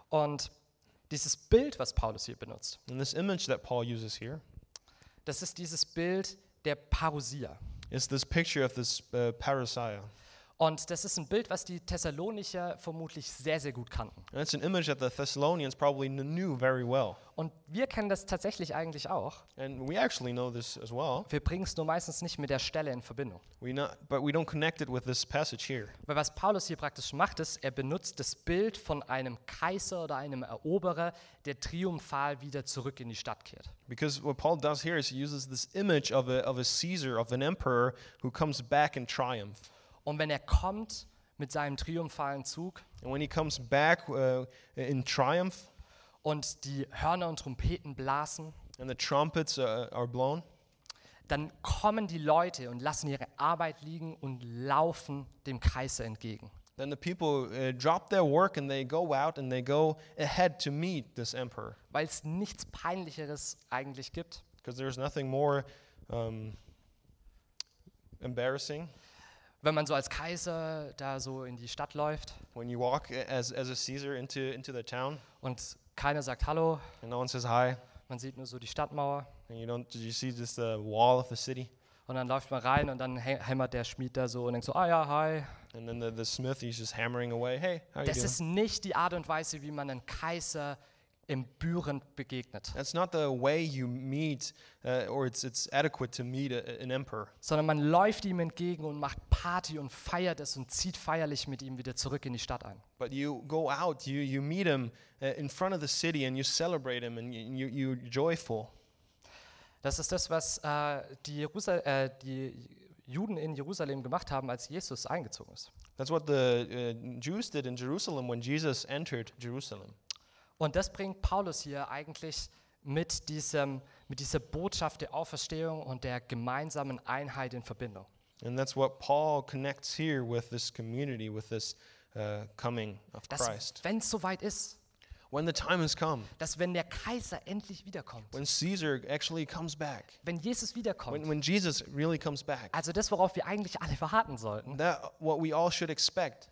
Und dieses Bild, was Paulus hier benutzt,
And this image that Paul uses here
das ist dieses Bild der Parousia.
is this picture of this uh, parousia.
Und das ist ein Bild, was die Thessalonicher vermutlich sehr, sehr gut kannten.
And it's an image that the Thessalonians probably kn- knew very well.
Und wir kennen das tatsächlich eigentlich auch.
And we actually know this as well.
Wir bringen es nur meistens nicht mit der Stelle in Verbindung.
We not, but we don't connect it with this passage here.
Weil was Paulus hier praktisch macht, ist, er benutzt das Bild von einem Kaiser oder einem Eroberer, der triumphal wieder zurück in die Stadt kehrt.
Because what Paul does here is he uses this image of a, of a Caesar, of an emperor who comes back in triumph.
Und wenn er kommt mit seinem triumphalen Zug
And when he comes back uh, in triumph
und die Hörner und Trompeten blasen,
and the trumpets uh, are blown,
dann kommen die Leute und lassen ihre Arbeit liegen und laufen dem Kaiser entgegen.
then the people uh, drop their work and they go out and they go ahead to meet this emperor.
Weil es nichts Peinlicheres eigentlich gibt,
Because there's nothing more um, embarrassing
wenn man so als Kaiser da so in die Stadt läuft
when you walk a- as, as a Caesar into, into the town
und keiner sagt Hallo,
and no one says hi
man sieht nur so die Stadtmauer
and you don't you see just the wall of the city
und dann läuft man rein und dann hä- hämmert der Schmied da so und denkt so, ah ja, hi.
and then the, the smith he's just hammering away. Hey, how you
Das
doing?
ist nicht die Art und Weise, wie man einem Kaiser empörend begegnet,
That's not the way you meet, uh, or it's it's adequate to meet a, an emperor.
sondern man läuft ihm entgegen und macht Party und feiert es und zieht feierlich mit ihm wieder zurück in die Stadt ein.
But you go out, you you meet him uh, in front of the city, and you celebrate him, and you you you're joyful.
Das ist das, was äh, die, Jerusal äh, die Juden in Jerusalem gemacht haben, als Jesus eingezogen ist.
That's what the uh, Jews did in Jerusalem when Jesus entered Jerusalem.
Und das bringt Paulus hier eigentlich mit, diesem, mit dieser Botschaft der Auferstehung und der gemeinsamen Einheit in Verbindung.
And that's what Paul connects here with this community, with this uh, coming of
Dass,
Christ.
wenn es soweit ist,
When the time has come,
dass wenn der Kaiser endlich wiederkommt,
when Caesar actually comes back,
wenn Jesus
when,
wiederkommt,
when Jesus really comes back,
also das, worauf wir eigentlich alle warten sollten,
that what we all should expect.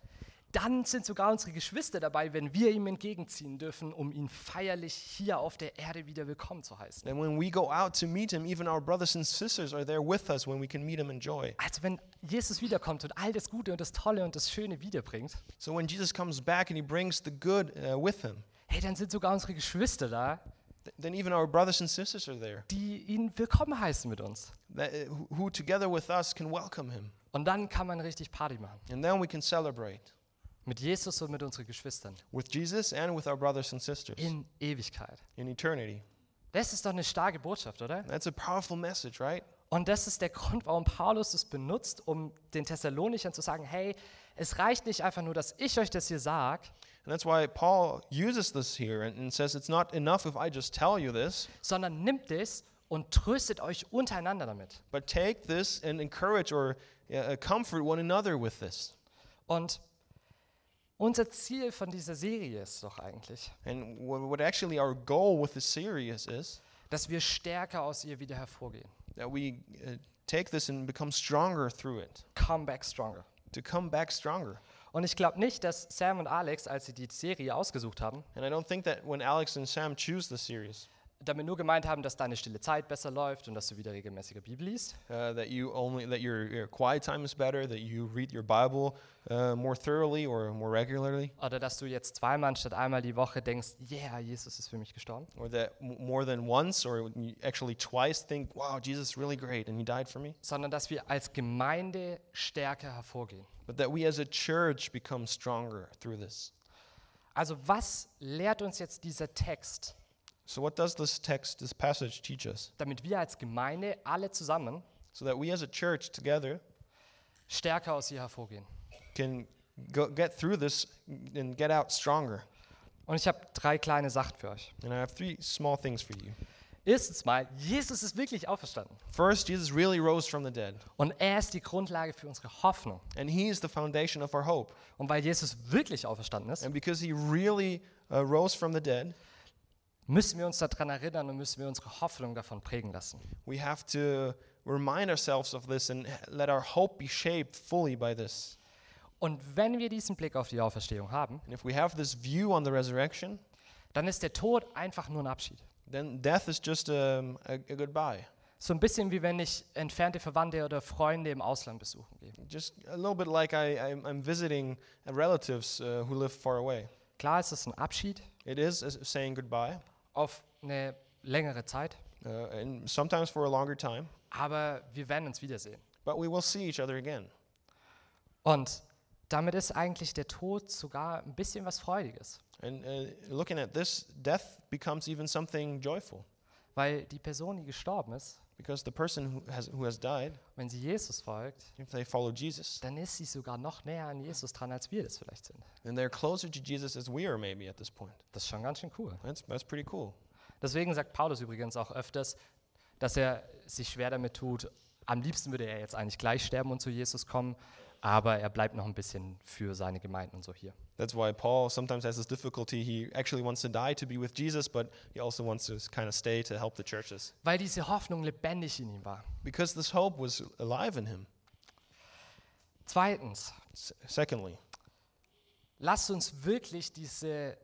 dann sind sogar unsere Geschwister dabei, wenn wir ihm entgegenziehen dürfen, um ihn feierlich hier auf der Erde wieder willkommen zu heißen.
And when we go out to meet him, even our brothers and sisters are there with us when we can meet him in joy.
Also wenn Jesus wiederkommt und all das Gute und das Tolle und das Schöne wiederbringt,
So when Jesus comes back and he brings the good uh, with him,
hey, dann sind sogar unsere Geschwister da,
th- then even our brothers and sisters are there,
die ihn willkommen heißen mit uns.
that, uh, who- who together with us can welcome him.
Und dann kann man richtig Party machen.
And then we can celebrate
Mit Jesus und mit unseren Geschwistern.
with Jesus and with our brothers and sisters
In Ewigkeit.
in eternity.
Das ist doch eine starke Botschaft, oder?
That's a powerful message, right?
Und das ist der Grund, warum Paulus es benutzt, um den Thessalonichern zu sagen, hey, es reicht nicht einfach nur, dass ich euch das hier sage,
And that's why Paul uses this here and, and says it's not enough if I just tell you this,
sondern nimmt es und tröstet euch untereinander damit.
but take this and encourage or uh, comfort one another with this.
Und unser Ziel von dieser Serie ist doch eigentlich,
And what, what actually our goal with this series is
dass wir stärker aus ihr wieder hervorgehen.
that we uh, take this and become stronger through it,
Come back stronger.
to come back stronger.
Und ich glaube nicht, dass Sam und Alex, als sie die Serie ausgesucht haben,
And I don't think that when Alex and Sam choose the series,
damit nur gemeint haben, dass deine stille Zeit besser läuft und dass du wieder regelmäßiger Bibel liest,
uh, that you only that your, your quiet time is better, that you read your Bible uh, more thoroughly or more regularly,
oder dass du jetzt zweimal anstatt einmal die Woche denkst, yeah, Jesus ist für mich gestorben.
or that m- more than once or you actually twice think, "Wow, Jesus is really great and he died for me."
sondern dass wir als Gemeinde stärker hervorgehen.
But that we as a church become stronger through this.
Also was lehrt uns jetzt dieser Text,
So what does this text, this passage teach us?
damit wir als Gemeinde alle zusammen
So that we as a church together
stärker aus ihr hervorgehen?
can go, get through this and get out stronger.
Und ich habe drei kleine Sachen für euch.
And I have three small things for you.
Erstens mal, Jesus ist wirklich auferstanden.
First, Jesus really rose from the dead,
Und er ist die Grundlage für unsere Hoffnung.
and he is the foundation of our hope.
Und weil Jesus wirklich auferstanden ist,
And because he really uh, rose from the dead,
müssen wir uns daran erinnern und müssen wir unsere Hoffnung davon prägen lassen.
we have to remind ourselves of this and let our hope be shaped fully by this.
Und wenn wir diesen Blick auf die Auferstehung haben,
And if we have this view on the resurrection,
dann ist der Tod einfach nur ein Abschied.
then death is just um, a, a goodbye.
So ein bisschen wie wenn ich entfernte Verwandte oder Freunde im Ausland besuchen gehe.
Just a little bit like I, I'm, I'm visiting uh, relatives uh, who live far away.
Klar ist es ein Abschied
It is a s- saying goodbye,
auf eine längere Zeit,
uh, and sometimes for a longer time,
aber wir werden uns wiedersehen.
but we will see each other again.
Und damit ist eigentlich der Tod sogar ein bisschen was Freudiges,
And uh, looking at this, death becomes even something joyful
weil die Person, die gestorben ist,
because the person who has, who has died,
wenn sie Jesus folgt,
if they follow Jesus,
dann ist sie sogar noch näher an Jesus dran, als wir das vielleicht sind.
then they're closer to Jesus as we are maybe at this point.
Das ist schon ganz schön cool.
That's, that's pretty cool.
Deswegen sagt Paulus übrigens auch öfters, dass er sich schwer damit tut. Am liebsten würde er jetzt eigentlich gleich sterben und zu Jesus kommen, aber er bleibt noch ein bisschen für seine Gemeinden und so hier.
That's why Paul sometimes has this difficulty. He actually wants to die to be with Jesus, but he also wants to kind of stay to help the churches
Weil diese Hoffnung lebendig in ihm war.
because this hope was alive in him.
Zweitens,
S- secondly,
lasst uns wirklich diese,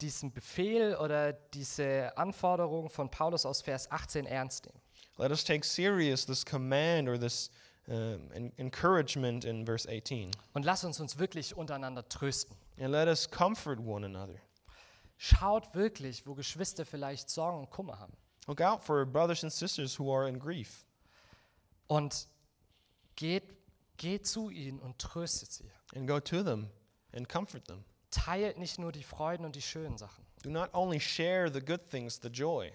diesen Befehl oder diese Anforderung von Paulus aus Vers 18 ernst nehmen.
let us take serious this command or this um, en- encouragement in verse 18,
Und lasst uns uns wirklich untereinander trösten.
and let us comfort one another.
Schaut wirklich, wo Geschwister vielleicht Sorgen und Kummer haben.
Look out for brothers and sisters who are in grief,
Und geht, geht zu ihnen und tröstet sie.
and go to them and comfort them.
Teilt nicht nur die Freuden und die schönen Sachen,
Do not only share the good things, the joy,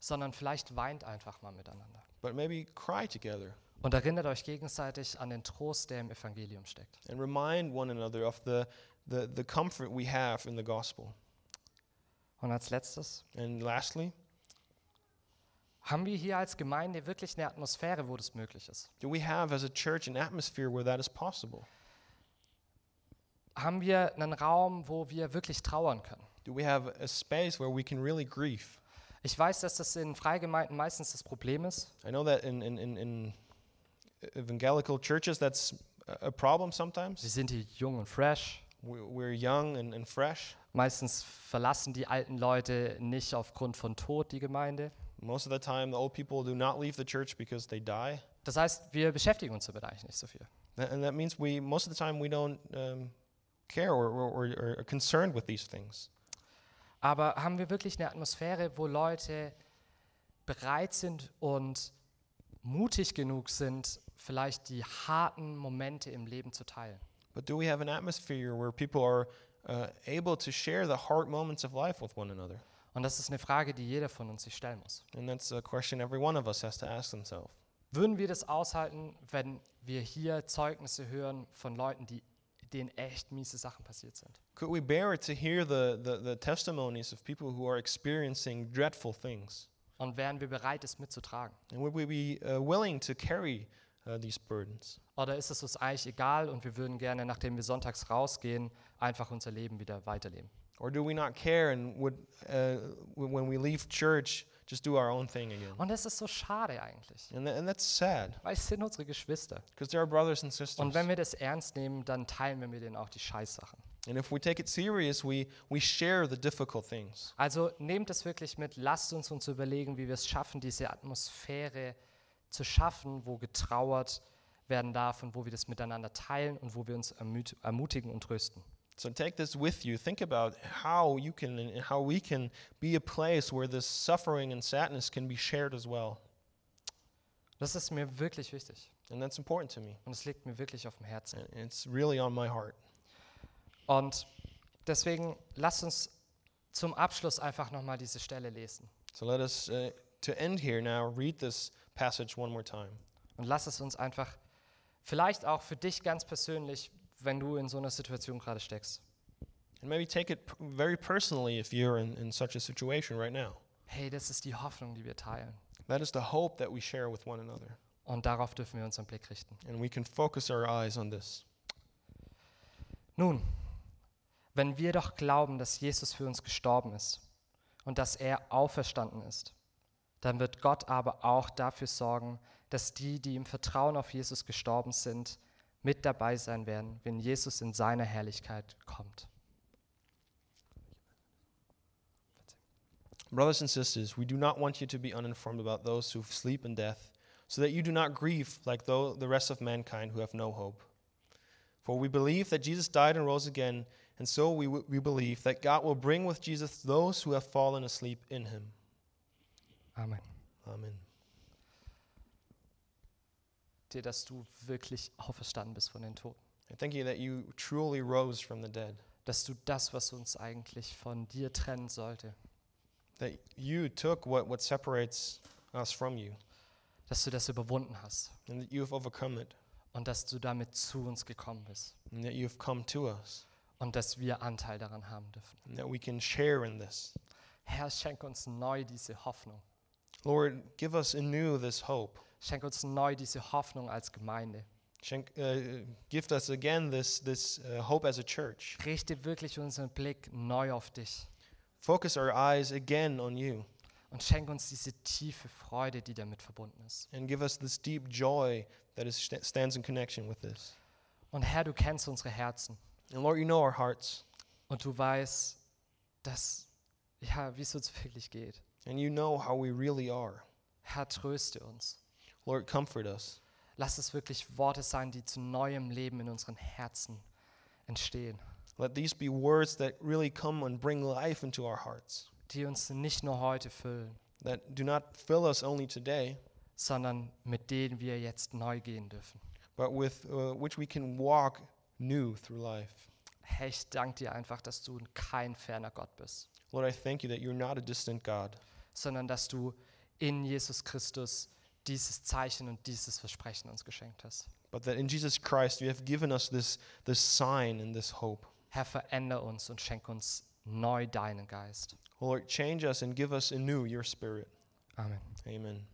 sondern vielleicht weint einfach mal miteinander.
but maybe cry together
Und erinnert euch gegenseitig an den Trost, der im Evangelium steckt.
and remind one another of the, the, the comfort we have in the gospel.
Und als letztes,
And lastly,
haben wir hier als Gemeinde wirklich eine Atmosphäre, wo das möglich ist?
do we have as a church an atmosphere where that is possible?
Haben wir einen Raum, wo wir wirklich trauern können?
Do we have a space where we can really grieve?
Ich weiß, dass das in Freigemeinden meistens das Problem ist,
I know that in, in, in, in evangelical churches, that's a- a problem
Sie
sometimes.
sind hier jung und fresh.
We- We're young and, and fresh.
Meistens verlassen die alten Leute nicht aufgrund von Tod die Gemeinde.
Most of the time, the old people do not leave the church because they die.
Das heißt, wir beschäftigen uns damit eigentlich nicht so viel.
Tha- And that means we, most of the time, we don't um, care or, or, or- or are concerned with these things.
Aber haben wir wirklich eine Atmosphäre, wo Leute bereit sind und mutig genug sind, vielleicht die harten Momente im Leben zu teilen?
But do we have an atmosphere where people are uh, able to share the hard moments of life with one another?
Und das ist eine Frage, die jeder von uns sich stellen muss.
And that's a question every one of us has to ask themselves.
Würden wir das aushalten, wenn wir hier Zeugnisse hören von Leuten, die, denen echt miese Sachen passiert sind?
Could we bear it to hear the, the, the testimonies of people who are experiencing dreadful things?
Und wären wir bereit, es mitzutragen?
And would we be uh, willing to carry uh, these burdens?
Oder ist es uns eigentlich egal und wir würden gerne, nachdem wir sonntags rausgehen, einfach unser Leben wieder weiterleben?
Or do we not care and would, uh, w- when we leave church, just do our own thing again?
Und das ist so schade eigentlich,
And, tha- and that's sad
weil es sind unsere Geschwister.
because there are brothers and sisters.
Und wenn wir das ernst nehmen, dann teilen wir mit denen auch die Scheißsachen.
and if we take it serious, we, we share the difficult things.
Also nehmt es wirklich mit, lasst uns uns überlegen, wie wir es schaffen, diese Atmosphäre zu schaffen, wo getrauert werden darf und wo wir das miteinander teilen und wo wir uns ermüt- ermutigen und trösten.
So take this with you. Think about how you can and how we can be a place where this suffering and sadness can be shared as well.
Das ist mir wirklich wichtig
And that's important to me.
und es liegt mir wirklich auf dem Herzen.
And it's really on my heart.
Und deswegen lasst uns zum Abschluss einfach nochmal diese Stelle lesen.
So let us uh, to end here now read this passage one more time.
Und lass es uns einfach, vielleicht auch für dich ganz persönlich, wenn du in so einer Situation gerade steckst.
And maybe take it p- very personally if you're in, in such a situation right now.
Hey, das ist die Hoffnung, die wir teilen.
That is the hope that we share with one another.
Und darauf dürfen wir unseren Blick richten.
And we can focus our eyes on this.
Nun, wenn wir doch glauben, dass Jesus für uns gestorben ist und dass er auferstanden ist, dann wird Gott aber auch dafür sorgen, dass die, die im Vertrauen auf Jesus gestorben sind, mit dabei sein werden, wenn Jesus in seiner Herrlichkeit kommt.
Brothers and sisters, we do not want you to be uninformed about those who sleep in death, so that you do not grieve like tho- the rest of mankind who have no hope. For we believe that Jesus died and rose again, and so we, w- we believe that God will bring with Jesus those who have fallen asleep in him.
Amen.
Amen.
Dir, dass du wirklich auferstanden bist von den Toten.
And thank you that you truly rose from the dead,
Dass du das, was uns eigentlich von dir trennen sollte,
that you took what, what separates us from you,
dass du das überwunden hast
and that you have overcome it,
und dass du damit zu uns gekommen bist
and that you have come to us,
und dass wir Anteil daran haben dürfen.
and that we can share in this.
Herr, schenk uns neu diese Hoffnung.
Lord, give us anew this hope.
Schenk uns neu diese Hoffnung als Gemeinde.
Schenk, uh, gift us again this, this uh, hope as a church.
Richte wirklich unseren Blick neu auf dich
Focus our eyes again on you
und schenk uns diese tiefe Freude, die damit verbunden ist.
and give us this deep joy that is, st- stands in connection with this.
Und Herr, du kennst unsere Herzen
And Lord, you know our hearts
und du weißt, dass ja, wie es uns wirklich geht.
and you know how we really are.
Herr, tröste uns.
Lord, comfort us.
Lass es wirklich Worte sein, die zu neuem Leben in unseren Herzen entstehen,
Let these be words that really come and bring life into our hearts,
die uns nicht nur heute füllen,
that do not fill us only today,
sondern mit denen wir jetzt neu gehen dürfen.
but with uh, which we can walk new through life.
Herr, ich danke dir einfach, dass du kein ferner Gott bist,
Lord, I thank you that you're not a distant God,
sondern dass du in Jesus Christus dieses Zeichen und dieses Versprechen uns geschenkt hast.
but that in Jesus Christ you have given us this, this sign and this hope.
Herr, veränder uns und schenk uns neu deinen Geist.
Lord, change us and give us anew your spirit.
Amen.
Amen.